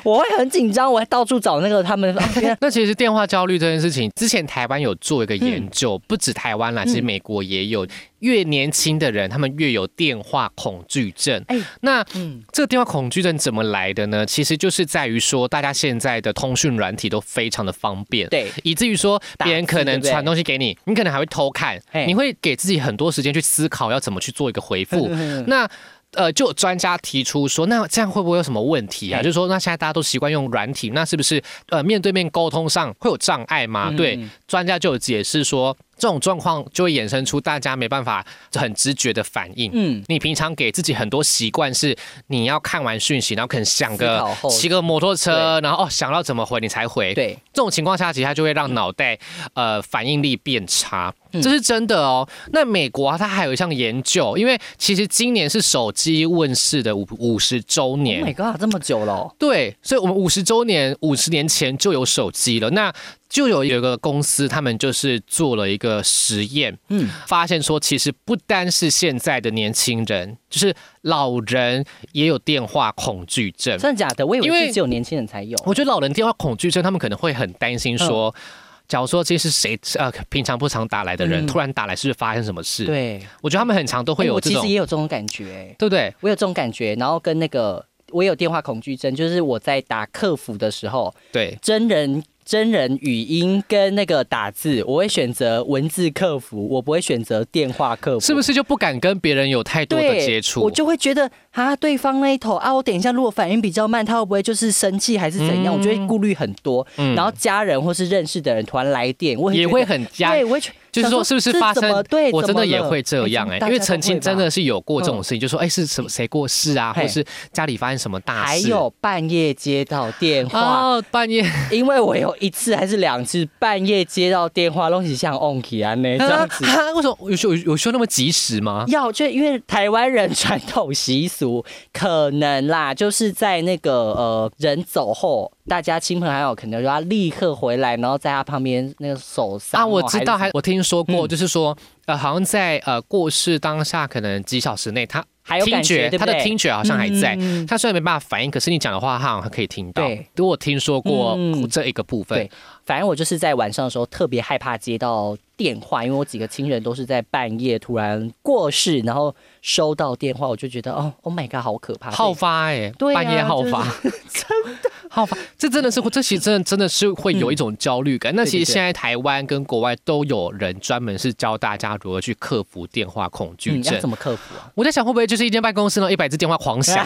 B: 我会很紧张，我会到处找那个他们。 啊天啊
A: 那其实电话焦虑这件事情，之前台湾有做一个研
B: 嗯
A: 究，不止台湾啦，其实美国也有。越年轻的人，他们越有电话恐惧症。
B: 哎
A: 那
B: 嗯，
A: 这个电话恐惧症怎么来的呢？其实就是在于说，大家现在的通讯软体都非常的方便。
B: 对，
A: 以至于说
B: 打字
A: 别人可
B: 对
A: 能
B: 不对
A: 传东西给你，你可能还会偷看
B: 嘿，
A: 你会给自己很多时间去思考要怎么去做一个回复。
B: 嗯
A: 那呃，就有专家提出说，那这样会不会有什么问题啊？
B: 嘿
A: 就是说，那现在大家都习惯用软体，那是不是呃面对面沟通上会有障碍吗？
B: 嗯
A: 对，专家就有解释说，这种状况就会衍生出大家没办法很直觉的反应。
B: 嗯，
A: 你平常给自己很多习惯是，你要看完讯息，然后可能想
B: 思
A: 个
B: 考后
A: 骑个摩托车，然后哦想到怎么回你才回。
B: 对，
A: 这种情况下，其实它就会让脑袋呃反应力变差，
B: 嗯
A: 这是真的哦。那美国啊，它还有一项研究，因为其实今年是手机问世的五五十周
B: Oh
A: 年。
B: my god，这么久了哦、
A: 对，所以我们五十周年，五十年前就有手机了。那就有有一个公司，他们就是做了一个实验，
B: 嗯
A: 嗯，发现说其实不单是现在的年轻人，就是老人也有电话恐惧症。
B: 真的假的？我以
A: 嗯因
B: 为
A: 为
B: 是只有年轻人才有。
A: 我觉得老人电话恐惧症，他们可能会很担心
B: 嗯
A: 说，假如说这是谁呃平常不常打来的人，
B: 嗯
A: 突然打来，是不是发生什么事？，
B: 对，哎
A: 我觉得他们很常都会有
B: 我
A: 这
B: 其
A: 种，
B: 实也有这种感觉、哎
A: 对不对？
B: 我有这种感觉，然后跟那个我有电话恐惧症，就是我在打客服的时候，
A: 对，
B: 真人真人语音跟那个打字，我会选择文字客服，我不会选择电话客服，
A: 是不是就不敢跟别人有太多的
B: 对
A: 接触？
B: 我就会觉得啊，对方那一头啊，我等一下如果反应比较慢，他会不会就是生气还是怎样？
A: 嗯
B: 我就会顾虑很多。
A: 嗯
B: 然后家人或是认识的人突然来电，我
A: 也
B: 觉
A: 会
B: 得
A: 很压
B: 对，我会觉
A: 就是
B: 想
A: 说，是不是
B: 这
A: 发
B: 怎
A: 生
B: 么？对，
A: 我
B: 怎
A: 真的
B: 么
A: 也
B: 了
A: 会这
B: 哎
A: 样
B: 么
A: 哎、
B: 大
A: 因为
B: 家都
A: 曾经
B: 会
A: 真
B: 吧
A: 的是有过这种
B: 嗯
A: 事情，就说哎、是什么谁过世啊，
B: 嘿
A: 或是家里发生什么大事，
B: 还有半夜接到电话，
A: 哦半夜，
B: 因为我有一次还是两次半夜接到电话，弄起像 on k 啊 那这样子。
A: 啊为什么有需有有需要那么及时 吗？
B: 要就因为台湾人传统习俗，可能啦，就是在那个呃人走后，大家亲朋好友可能就要立刻回来，然后在他旁边那个手上
A: 啊，我知道，还
B: 是
A: 我听说过，
B: 嗯
A: 就是说，呃，好像在呃过世当下，可能几小时内，他
B: 还有
A: 听
B: 感
A: 觉，
B: 对
A: 他
B: 不
A: 的
B: 对
A: 听觉好像还在。
B: 嗯
A: 他虽然没办法反应，可是你讲的话，他好像可以听到
B: 对。
A: 对我听说过
B: 嗯
A: 这一个部分
B: 对，反正我就是在晚上的时候特别害怕接到电话，因为我几个亲人都是在半夜突然过世，然后收到电话，我就觉得哦，Oh my god，好可怕，
A: 好发哎，
B: 对啊
A: 半夜好发， 好发，这真的是，这其实真的真的是会有一种焦虑感。那
B: 对对
A: 其实
B: 对
A: 现在台湾跟国外都有人专门是教大家如何去克服电话恐惧
B: 嗯，要
A: 症
B: 怎。么克服啊？
A: 我在想，会不会就是一间办公室呢，一百只电话狂 响，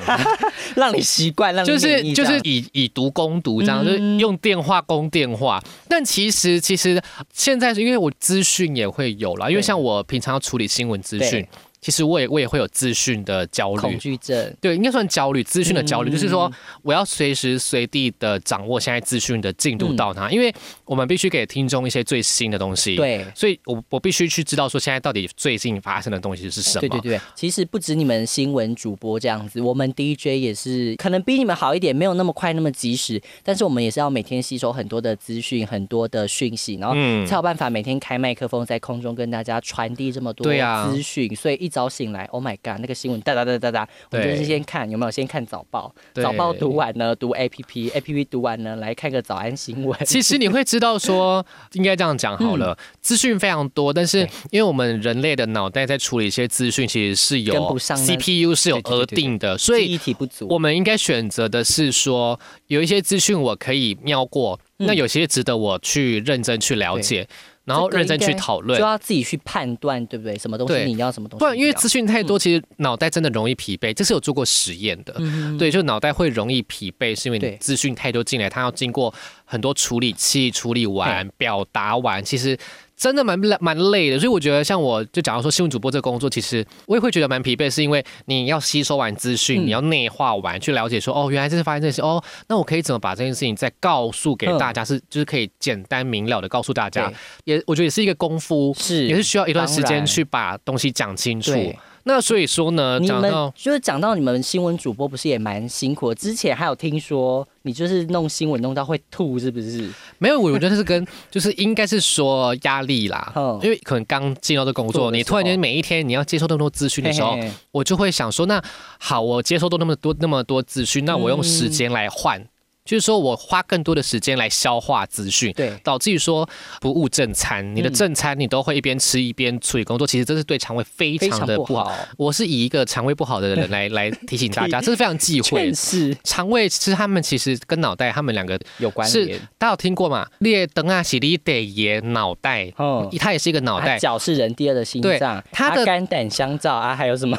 B: 让你习惯，让你
A: 就是
B: 免疫
A: 就是
B: 这样
A: 以以毒攻毒这样，
B: 嗯
A: 就是用电话攻电话。但其实其实现在是因为我资讯也会有啦，因为
B: 对
A: 像我平常要处理新闻资讯
B: 对，
A: 其实我也我也会有资讯的焦
B: 恐
A: 虑。
B: 惧症，
A: 对，应该算焦虑，资讯的焦虑，
B: 嗯
A: 就是说我要随时随地的掌握现在资讯的进
B: 嗯
A: 度到哪，因为我们必须给听众一些最新的东西。，
B: 对。
A: 所以我我必须去知道说现在到底最近发生的东西是什么。
B: 对对对，其实不止你们新闻主播这样子，我们 DJ 也是可能比你们好一点，没有那么快那么及时，但是我们也是要每天吸收很多的资讯，很多的讯息，然后
A: 嗯
B: 才有办法每天开麦克风在空中跟大家传递这么多
A: 对啊
B: 资讯。所以一早醒来，Oh my god，那个新闻哒哒哒哒哒，我们
A: 对
B: 就是先看有没有，先看早报，
A: 对
B: 早报读完呢，读 A P P，A P P 读完呢，来看个早安新闻。
A: 其实你会知道 说，应该这样讲好
B: 嗯
A: 了，资讯非常多，但是因为我们人类的脑袋在处理一些资讯，其实是有
B: 跟不上那
A: CPU 是有
B: 对对对
A: 额定的，所
B: 记
A: 以
B: 忆体不足，
A: 我们应该选择的是说，有一些资讯我可以瞄过，
B: 嗯
A: 那有些值得我去认真去了解，然后认真去讨
B: 就
A: 论。
B: 要自己去判断，对不对？什么东西
A: 对
B: 你要，什么东西
A: 不然，因为
B: 不要嗯
A: 资讯太多，其实脑袋真的容易疲惫，这是有做过实验的。 对，就脑袋会容易疲惫，是因为你
B: 嗯对
A: 资讯太多进来，它要经过很多处理器处理完、表达完，其实真的蛮累蛮累的。所以我觉得，像我就假如说新闻主播这个工作，其实我也会觉得蛮疲惫，是因为你要吸收完资讯，
B: 嗯
A: 你要内化完，去了解说哦，原来这是发生这件事，哦，那我可以怎么把这件事情再告诉给大家，是就是可以简单明了的告诉大家
B: 嗯对，
A: 也我觉得也是一个功夫。
B: 是
A: 也是需要一段时
B: 当
A: 间
B: 然
A: 去把东西讲清楚。
B: 对
A: 那所以说呢，
B: 你
A: 呃讲
B: 们
A: 到
B: 就是讲到你们新闻主播不是也蛮辛苦的？之前还有听说你就是弄新闻弄到会吐，是不是？
A: 没有，我觉得是跟就是应该是说压力啦
B: 嗯，
A: 因为可能刚进到这工
B: 做
A: 作，
B: 的
A: 你
B: 时
A: 突然间
B: 候
A: 每一天你要接受那么多资讯的时候
B: 嘿，嘿
A: 我就会想说，那好，我接受到那么多那么多资讯，那我用时间来换，
B: 嗯
A: 就是说我花更多的时间来消化资讯。
B: 对，
A: 导致于说不务正餐，你的
B: 嗯
A: 正餐你都会一边吃一边处理工作，其实这是对肠胃非
B: 非
A: 常
B: 常
A: 的
B: 不
A: 不好。
B: 好，
A: 我是以一个肠胃不好的人来来提醒大 家，这是非常忌讳
B: 确
A: 的。
B: 实
A: 肠胃其实他们其实跟脑袋，他们两个
B: 有关
A: 是
B: 联。
A: 大家有听过嘛？列灯啊，洗利得也脑袋，
B: 嗯，
A: 它也是一个脑
B: 啊
A: 袋。
B: 脚是人第二的心
A: 对
B: 脏，
A: 他
B: 啊
A: 的
B: 肝胆相照啊，还有什么？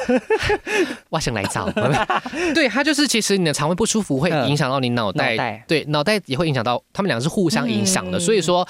A: 我想来找， 对，它就是其实你的肠胃不舒服会
B: 嗯
A: 影响到你脑
B: 脑
A: 袋
B: 袋，嗯
A: 对，脑袋也会影响到，他们两个是互相影响的。所以说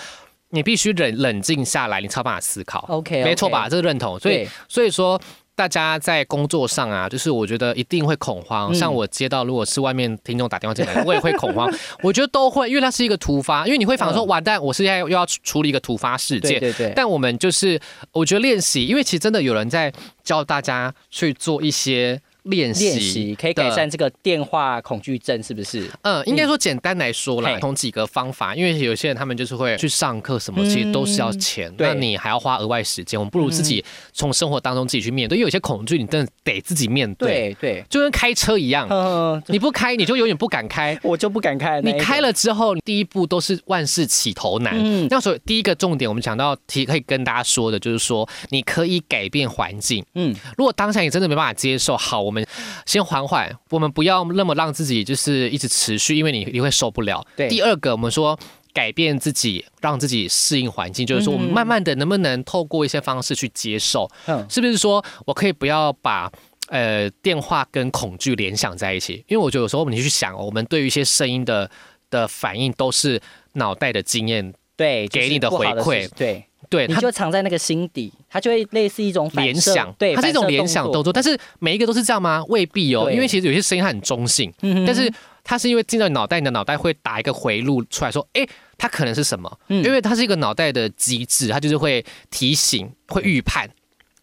A: 你必须冷冷静下来，你才有办法思考。
B: OK，
A: 没错吧？？这是认同。所以
B: 哦对
A: 所以说，大家在工作上啊，就是我觉得一定会恐慌。
B: 嗯
A: 像我接到如果是外面听众打电话进来，我 也会恐慌。我觉得都会，因为它是一个突发，因为你会想说，
B: 嗯
A: 完蛋，我现在又要处理一个突发事
B: 对
A: 件。
B: 对对，
A: 但我们就是，我觉得练习，因为其实真的有人在教大家去做一些练习，
B: 练习可以改善。这个电话恐惧症，是不是？
A: 嗯，应该说简单来说啦，
B: 嘿
A: 从几个方法，因为有些人他们就是会去上课什么，其实都是要钱，
B: 嗯对嗯
A: 那你还要花额外时间，我们不如自己从生活当中自己去面对，因为有些恐惧你真的得自己面对，
B: 对对，
A: 就跟开车一样，
B: 嗯，
A: 你不开你就永远不敢 开。
B: 我就不敢开。
A: 你开，了之后，第一步都是万事起头难。
B: 嗯
A: 那所以第一个重点，我们讲到提可以跟大家说的，就是说你可以改变环境。
B: 嗯，
A: 如果当下你真的没办法接受，好，我们先缓缓，我们不要那么让自己就是一直持续，因为你你会受不了。
B: 对
A: 第二个，我们说。改变自己，让自己适应环境，就是说，我们慢慢的能不能透过一些方式去接受？
B: 嗯
A: 是不是说我可以不要把呃电话跟恐惧联想在一起？因为我觉得有时候你去想哦，我们对于一些声音的的反应都是脑袋的经验，
B: 对，就
A: 给
B: 是
A: 你的
B: 不好
A: 回馈
B: 事情对，
A: 对
B: 你
A: 它
B: 就藏在那个心底，它就会类似一种反
A: 联
B: 射
A: 想，
B: 对，
A: 它是一种
B: 反射
A: 联想动
B: 动
A: 作，但是每一个都是这样吗？未必哦，
B: 对
A: 因为其实有些声音它很中性，
B: 嗯
A: 但是它是因为进到你脑袋，你的脑袋会打一个回路出来说，哎、它可能是什么？
B: 嗯
A: 因为它是一个脑袋的机制，它就是会提醒、会预判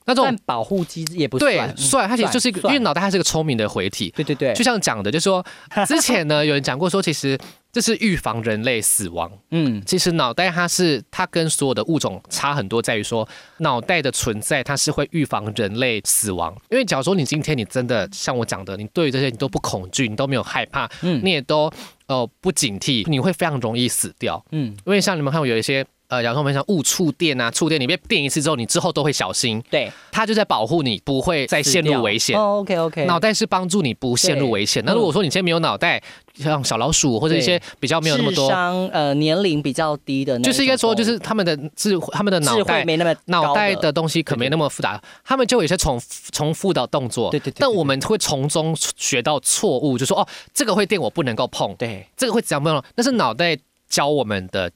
A: 那种
B: 算保护机制也不
A: 对
B: 算，嗯
A: 算，它其实就是一个，因
B: 算
A: 为脑袋它是一个聪明的回体，
B: 对对对，
A: 就像讲的，就是说之前呢有人讲过说，其实这是预防人类死亡。
B: 嗯，
A: 其实脑袋它是它跟所有的物种差很多，在于说脑袋的存在它是会预防人类死亡。因为假如说你今天你真的像我讲的，你对于这些你都不恐惧，你都没有害怕，
B: 嗯
A: 你也都呃不警惕，你会非常容易死掉。
B: 嗯，
A: 因为像你们看过有一些。呃，假如说我们像误触电啊，触电你被电一次之后，你之后都会小心，
B: 对，
A: 它就在保护你不会再陷入危险。
B: 哦，OK OK，
A: 脑袋是帮助你不陷入危险。
B: 对
A: 那如果说你今天没有脑袋，像小老鼠或者一些比较没有那么
B: 智
A: 多，
B: 商呃年龄比较低的那一种动物，
A: 就是应该说就是他们的智他们的脑
B: 智慧
A: 袋。
B: 没那么
A: 脑袋
B: 高
A: 的东西可没那么复杂，他们就有一些重复重复的动作，
B: 对对对对
A: 但我们会从中学到错误，就说哦，这个会电我不能够碰，
B: 对，
A: 这个会怎样不能够碰？那是脑袋教我们的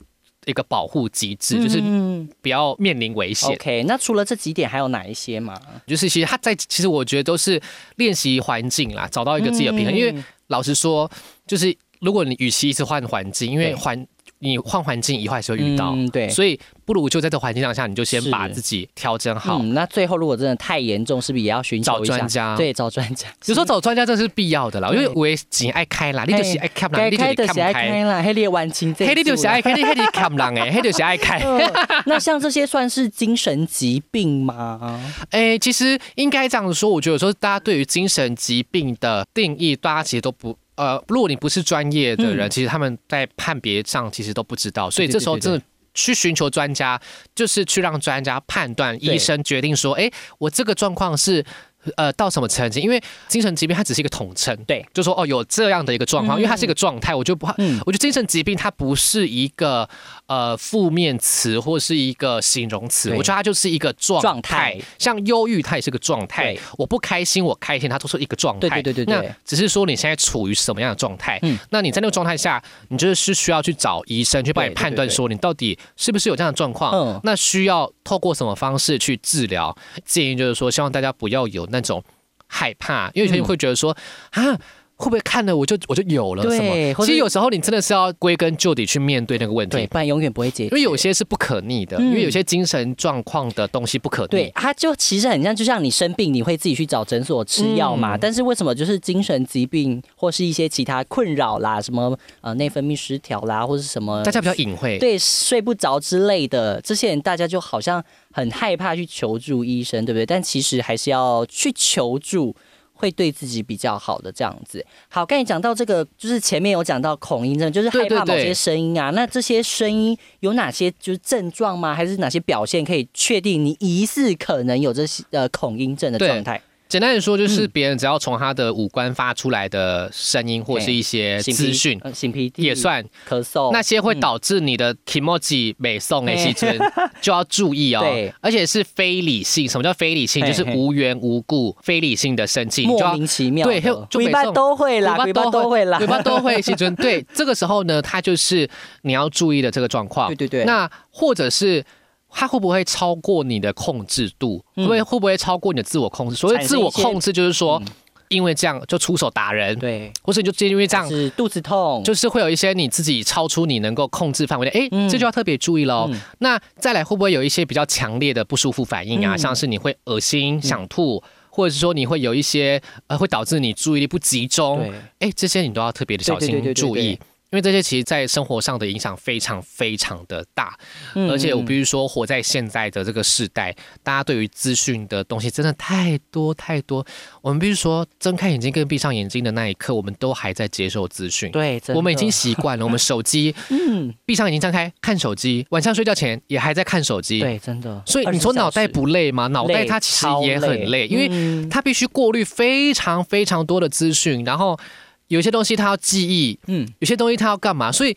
A: 一个保护机制，就是
B: 嗯哦
A: 不要面临危险。
B: OK，那除了这几点还有哪一些嘛？
A: 就是其实他在，其实我觉得都是练习环境啦，
B: 嗯
A: 找到一个自己的平衡。因为老实说，就是如果你与其一直换环境，因为
B: 对
A: 环你换环境以后还是会遇到，
B: 嗯对
A: 所以不如就在这环境当下，你就先
B: 是
A: 把自己调整好。
B: 嗯，那最后如果真的太严重，是不是也要寻
A: 找
B: 求一下
A: 专家
B: 对，找专家。
A: 有时候找专家这是必要的啦，因为我也只爱开啦，你就是爱看啦，
B: 哎该
A: 你
B: 开
A: 就是
B: 的是
A: 看
B: 爱
A: 不开
B: 开。啦，黑列完清这一
A: 黑你就
B: 组
A: 是
B: 啦
A: 爱开，你黑你看人诶，黑就是爱开。
B: 嗯那像这些算是精神疾病吗？
A: 哎、其实应该这样说，我觉得有时候大家对于精神疾病的定义，大家其实都不。呃，如果你不是专业的人，其实他们在判别上其实都不知道，所以
B: 嗯对
A: 这时候
B: 对对
A: 真的去寻求专家，就是去让专家判断，
B: 对
A: 医生决定说，哎、我这个状况是呃到什么层级？因为精神疾病它只是一个统称，
B: 对，
A: 就说哦有这样的一个状况，因为它是一个状态，我就不，
B: 嗯
A: 我觉得精神疾病它不是一个呃负面词或是一个形容词，
B: 对
A: 我觉得它就是一个状
B: 状
A: 态
B: 态。
A: 像忧郁，它也是个状态
B: 对。
A: 我不开心，我开心，它都是一个状态。
B: 对对对对对
A: 那只是说你现在处于什么样的状态？
B: 嗯
A: 那你在那个状态下，你就是需要去找医生去帮你
B: 对对
A: 判断，
B: 对对
A: 说你到底是不是有这样的状况。
B: 嗯
A: 那需要透过什么方式去治疗？建议就是说，希望大家不要有那种害怕，因为有些
B: 嗯
A: 人会觉得说、啊。会不会看了我就我就有了
B: 对
A: 什么？
B: 或
A: 其
B: 是
A: 实有时候你真的是要归根究底去面对那个问
B: 对，
A: 题，
B: 不然永远不会解
A: 因
B: 决。
A: 为有些是不可逆的，因为
B: 嗯
A: 有些精神状况的东西不可逆。
B: 对，它就其实很像，就像你生病，你会自己去找诊所吃药嘛。
A: 嗯
B: 但是为什么就是精神疾病或是一些其他困扰啦，什么呃内分泌失调啦，或是什么
A: 大家比较隐晦。
B: 对睡不着之类的，这些人大家就好像很害怕去求助医生，对不对？但其实还是要去求助。会对自己比较好的这样子。好，刚才讲到这个，就是前面有讲到恐音症，就是
A: 对
B: 害怕
A: 对
B: 某
A: 对
B: 些声音啊。那这些声音有哪些就是症状吗？还是哪些表现可以确定你疑似可能有这些呃恐音症的
A: 对
B: 状态？
A: 简单的说，就是
B: 嗯
A: 别人只要从他的五官发出来的声音或者是一些
B: 擤
A: 资
B: 鼻
A: 讯，
B: 呃擤鼻涕
A: 也算
B: 咳嗽，
A: 那些会导致你的 k i m o j i 美送的细菌就要注意哦
B: 嗯对。
A: 而且是非理性，什么叫非理性？
B: 嘿
A: 就是
B: 嘿
A: 无缘无故、非理性的生气，你就
B: 莫
A: 要
B: 名其妙的，
A: 对就就
B: 尾
A: 每
B: 巴
A: 种
B: 都会啦，
A: 尾
B: 尾巴都会啦，
A: 尾巴都会细菌。对，这个时候呢，它就是你要注意的这个状况
B: 对。对对，
A: 那或者是它会不会超过你的控制度？会
B: 嗯
A: 不会会不会超过你的自我控制？所谓
B: 产
A: 自
B: 生一
A: 我
B: 些
A: 控制，就是说
B: 嗯，
A: 因为这样就出手打人，
B: 对。
A: 或是你就因为这样。
B: 是肚子痛，
A: 就是会有一些你自己超出你能够控制范围的，哎、
B: 嗯
A: 这就要特别注意喽。
B: 嗯
A: 那再来会不会有一些比较强烈的不舒服反应啊？
B: 嗯
A: 像是你会恶心、想吐，或者是说你会有一些呃，会导致你注意力不集中，
B: 对，
A: 哎，这些你都要特别的小
B: 对对
A: 心
B: 对对对
A: 注
B: 对
A: 意，因为这些其实在生活上的影响非常非常的大。
B: 嗯
A: 而且我
B: 嗯
A: 必须说，活在现在的这个时代，大家对于资讯的东西真的太多太多。我们必须说，睁开眼睛跟闭上眼睛的那一刻，我们都还在接受资讯。
B: 对，真
A: 我们已
B: 的
A: 经习惯了，我们手机
B: 嗯，
A: 闭上眼睛张开看手机，晚上睡觉前也还在看手机。
B: 对，真的。
A: 所以你说脑袋不累吗？脑袋它其实
B: 超
A: 也很累，
B: 累
A: 因为
B: 嗯
A: 它必须过滤非常非常多的资讯，然后有些东西它要记忆，
B: 嗯，
A: 有些东西它要干嘛，所以。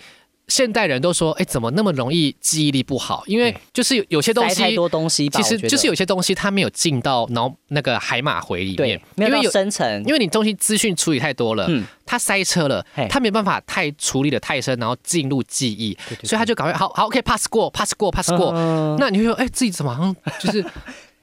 A: 现代人都说，哎、怎么那么容易记忆力不好？因为
B: 对
A: 就是有有些东
B: 塞
A: 西，
B: 太多东西吧，
A: 其实
B: 我觉
A: 就是
B: 得
A: 有些东西它没有进到脑那个海马回里面
B: 对，，没有
A: 因为
B: 到
A: 有
B: 深层
A: 因，为你东西资讯处理太多了，
B: 嗯
A: 它塞车了
B: 嘿，
A: 它没办法太处理的太深，然后进入记忆，
B: 对
A: 所以他就赶快好好 OK pass 过 pass 过 pass 过，
B: 嗯
A: 那你会说哎、自己怎么好像 就是、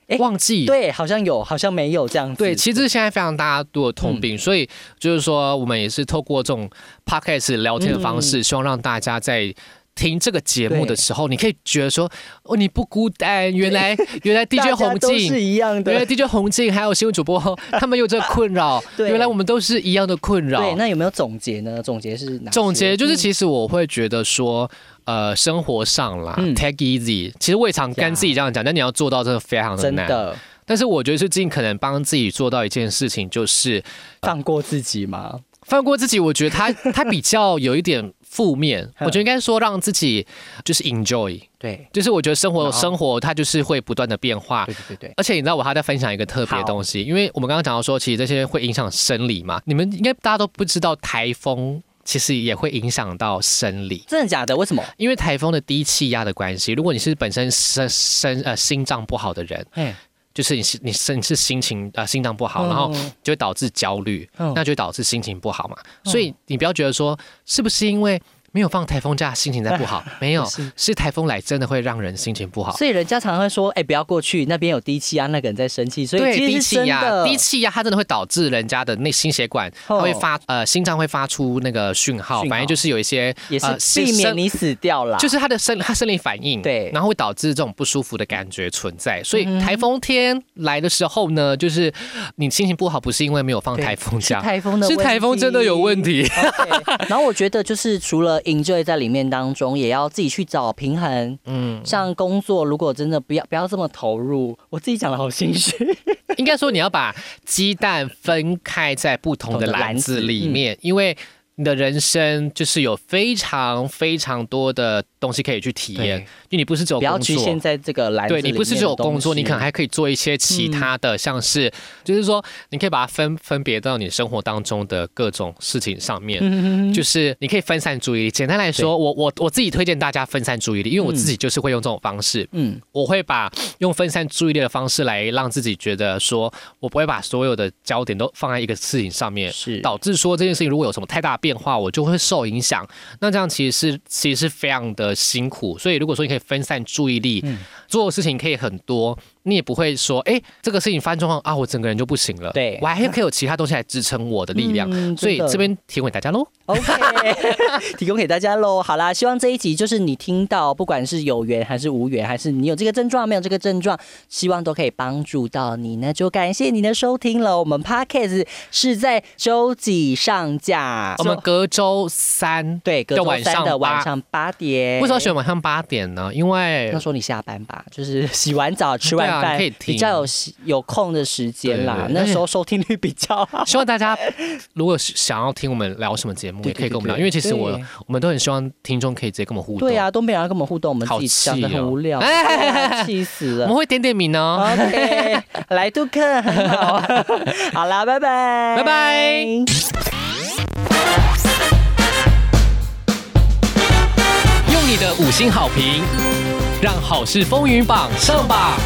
B: 哎
A: 忘记。
B: 对，好像有，好像没有这样子。
A: 对，其实现在非常大家都有通
B: 嗯
A: 病，所以就是说，我们也是透过这种 podcast 聊天的方式，希望让大家在听这个节目的
B: 对
A: 时候，你可以觉得说，哦，你不孤单，原 来原来
B: 大
A: DJ
B: 家
A: 洪
B: 都
A: 静
B: 是一样
A: 原来
B: 的。
A: DJ 洪静还有新闻主播，他们有这个困扰。
B: 对
A: 原来我们都是一样的困
B: 对，
A: 扰。
B: 那有没有总结呢？总结是哪些？
A: 总结就是，其实我会觉得说，呃，生活上啦、
B: 嗯
A: t a k e easy。其实我也常跟自己这样讲，但你要做到真的非常的
B: 真
A: 难。
B: 的
A: 但是我觉得是尽可能帮自己做到一件事情，就是
B: 放过自己吗？
A: 放过自己。我觉得 他他比较有一点负面，我
B: 嗯
A: 觉得应该说让自己就是 enjoy，
B: 对，
A: 就是我觉得生活
B: 然后
A: 生活它就是会不断的变化
B: 哦对。对对对，
A: 而且你知道我还在分享一个特别的东西，因为我们刚刚讲到说，其实这些会影响生理嘛，你们应该大家都不知道，台风其实也会影响到生理。
B: 真的假的？为什么？
A: 因为台风的低气压的关系，如果你是本身身身呃心脏不好的人，
B: 哎，
A: 就是你是你身你是心情呃心脏不好，
B: 嗯
A: 然后就会导致焦虑，
B: 嗯
A: 那就会导致心情不好嘛。所以你不要觉得说是不是因为没有放台风假，心情才不 好。没有，
B: 是
A: 是台风来真的会让人心情不好。
B: 所以人家常常会说，哎、不要过去，那边有低气压，那个人在生气，所以
A: 对
B: 其
A: 低
B: 实是
A: 气
B: 真
A: 压，
B: 的。
A: 低气压它真的会导致人家的那心血管，它
B: 哦
A: 会发呃心脏会发出那个讯号，
B: 讯号
A: 反正就是有一些
B: 也是
A: 呃
B: 避免
A: 生
B: 你死掉啦。
A: 就是它的生它生理反应，
B: 对嗯
A: 然后会导致这种不舒服的感觉存在。所以台风天来的时候呢，就是你心情不好，不是因为没有放
B: 对
A: 台风
B: 是
A: 假，
B: 台风的
A: 是台风真的有问题。
B: OK，然后我觉得就是除了 enjoy 在里面当中，也要自己去找平衡。
A: 嗯，
B: 像工作，如果真的不要不要这么投入，我自己讲的好 心虚。
A: 应该说你要把鸡蛋分开在不同的篮子里
B: 嗯
A: 面，因为。你的人生就是有非常非常多的东西可以去体验，就你不是只有
B: 不要
A: 工
B: 局
A: 作
B: 限，在这个篮子
A: 对
B: 里
A: 你不是只有工作，你可能还可以做一些其
B: 嗯
A: 他的，像是就是说，你可以把它分分别到你生活当中的各种事情上
B: 嗯
A: 面，就是你可以分散注意力。简单来说，我我我自己推荐大家分散注意力，因为我自己就是会用这种方式，
B: 嗯
A: 我会把 用分散注意力的方式来让自己觉得说，我不会把所有的焦点都放在一个事情上面，
B: 是
A: 导致说这件事情如果有什么太大变化，我就会受影响。那这样其实是其实是非常的辛苦。所以如果说你可以分散注意
B: 嗯
A: 力，做的事情可以很多，你也不会说，哎、这个事情发生状况啊，我整个人就不行了。
B: 对
A: 我还可以有其他东西来支撑我的力量。
B: 嗯
A: 所以
B: 真的
A: 这边提供给大家喽。
B: OK，提供给大家喽。好啦，希望这一集就是你听到，不管是有缘还是无缘，还是你有这个症状没有这个症状，希望都可以帮助到你。那就感谢你的收听了。我们 Podcast 是在周几上架？
A: 我们隔周三。
B: 对，隔周
A: 晚
B: 三
A: 上
B: 的晚
A: 八
B: 上八点。
A: 为什么选晚上八点呢？因为
B: 那时候你下班吧，就是洗完澡、吃
A: 对
B: 完
A: 啊
B: 饭，
A: 你可以听
B: 比较有时有空的时间啦。
A: 对对对
B: 那时候收听率比 较好。
A: 希望大家如果是想要听我们聊什么节目，
B: 对
A: 也
B: 对
A: 可以跟我们
B: 对
A: 聊，
B: 对
A: 因为其实我
B: 对
A: 我们都很希望听众可以直接跟我们互动。
B: 对，啊，都没有人跟我们互动，我们自
A: 好
B: 己讲的
A: 气哦
B: 很无聊，
A: 哎
B: 对啊 气死
A: 我
B: 了
A: 们。会点点名哦。
B: OK，来杜克，很好，好啦，拜拜，
A: 拜拜。用你的五星好评，让好事风云榜上榜。